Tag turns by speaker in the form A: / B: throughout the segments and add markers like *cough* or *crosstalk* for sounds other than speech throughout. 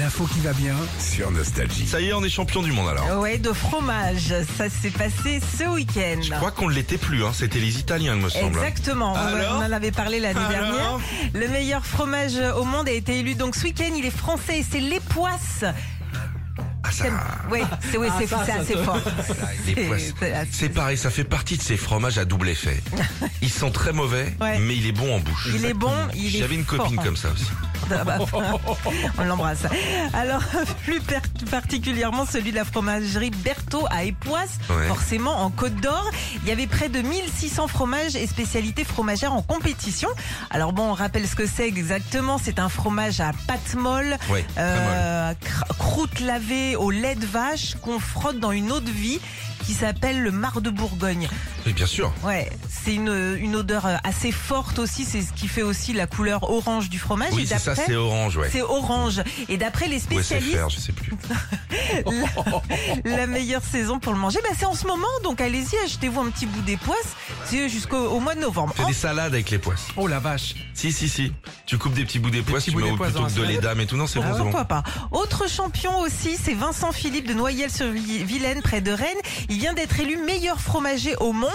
A: L'info qui va bien.
B: sur Nostalgie.
C: Ça y est, on est champion du monde alors.
D: Ouais, de fromage. Ça s'est passé ce week-end.
C: Je crois qu'on ne l'était plus, hein. c'était les Italiens, il me semble.
D: Exactement. On-
C: Alors
D: on en avait parlé l'année
C: Alors
D: dernière. Le meilleur fromage au monde a été élu donc ce week-end. Il est français et c'est les poisses.
C: Ah, ça,
D: Ouais, c'est
C: Ah,
D: ouais, c'est- c'est assez fort.
C: les
D: C'est-
C: poissons.
D: c'est assez-
C: C'est pareil, ça fait partie de ces fromages à double
D: *laughs*
C: effet. Ils sont très mauvais,
D: Ouais.
C: mais il est bon en bouche.
D: Il est bon, il est
C: J'avais une
D: fort.
C: copine comme ça aussi.
D: Ah bah, *laughs* on l'embrasse. Alors, *laughs* plus per- particulièrement celui de la fromagerie Berthaud à Époisse,
C: Ouais.
D: forcément en Côte d'Or. Il y avait près de 1600 fromages et spécialités fromagères en compétition. Alors bon, on rappelle ce que c'est exactement. C'est un fromage à pâte molle,
C: Ouais, très
D: euh, cr- croûte lavée au lait de vache qu'on frotte dans une eau de vie qui s'appelle le mar de Bourgogne.
C: Oui, bien sûr.
D: Ouais, c'est une, une odeur assez forte aussi, c'est ce qui fait aussi la couleur orange du fromage.
C: Oui,
D: Et
C: c'est ça,
D: Ah, d'après-
C: c'est orange, ouais.
D: c'est Oh. orange. Et d'après les
C: Ou
D: spécialistes,
C: SFR, je sais plus.
D: la meilleure saison pour le manger, bah, c'est en ce moment. Donc allez-y, achetez-vous un petit bout des poisses. C'est jusqu'au au mois de novembre. Hein
C: C'est des salades avec les poisses.
A: Oh la vache.
C: Si, si, si. Tu coupes des petits bouts des poisses,
A: petits
C: tu
A: bouts
C: mets
A: des
C: au-
A: poisses dans
C: plutôt
A: la
C: que de les
A: salade.
C: dames et tout. Non, c'est bon,
D: Ah,
C: c'est bon.
D: pourquoi pas Autre champion aussi, c'est Vincent Philippe de Noyelles-sur-Vilaine, près de Rennes. Il vient d'être élu meilleur fromager au monde.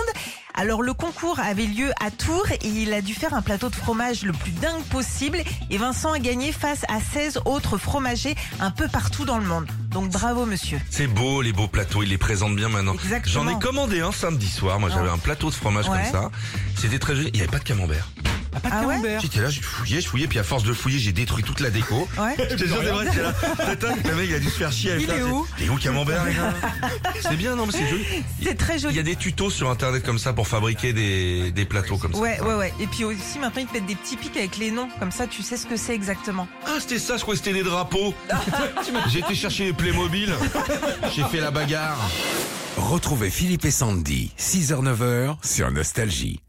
D: Alors le concours avait lieu à Tours et il a dû faire un plateau de fromage le plus dingue possible. Et Vincent a gagné face à 16 autres fromagers un peu partout dans le monde. Donc bravo monsieur.
C: C'est beau, les beaux plateaux, il les présente bien maintenant.
D: Exactement.
C: J'en ai commandé un samedi soir. Moi, j'avais
D: Ah.
C: un plateau de fromage
D: Ouais.
C: comme ça. C'était très joli. Il n'y avait pas de camembert.
A: Ah, pas de
D: Ah ouais
A: camembert.
C: J'étais là, je fouillais, je fouillais, puis à force de fouiller, j'ai détruit toute la déco. *laughs*
D: Ouais.
C: Je te jure, c'est vrai, j'étais là. Putain, le mec, il a dû se faire chier avec
D: Oh, Il
C: ça.
D: est où
C: Il est où camembert, les gars
D: *laughs*
C: C'est bien, non, mais c'est joli.
D: C'est très
C: Il
D: joli.
C: y a des tutos sur internet comme ça pour fabriquer des, des plateaux comme ça.
D: Ouais, ouais, ouais. Et puis aussi, maintenant, ils te mettent des petits pics avec les noms. Comme ça, tu sais ce que c'est exactement.
C: Ah, c'était ça, je crois que c'était des
D: *laughs*
C: drapeaux. j'ai été chercher les Playmobil. J'ai fait la bagarre.
B: Retrouvez Philippe et Sandy, 6h-9h sur Nostalgie.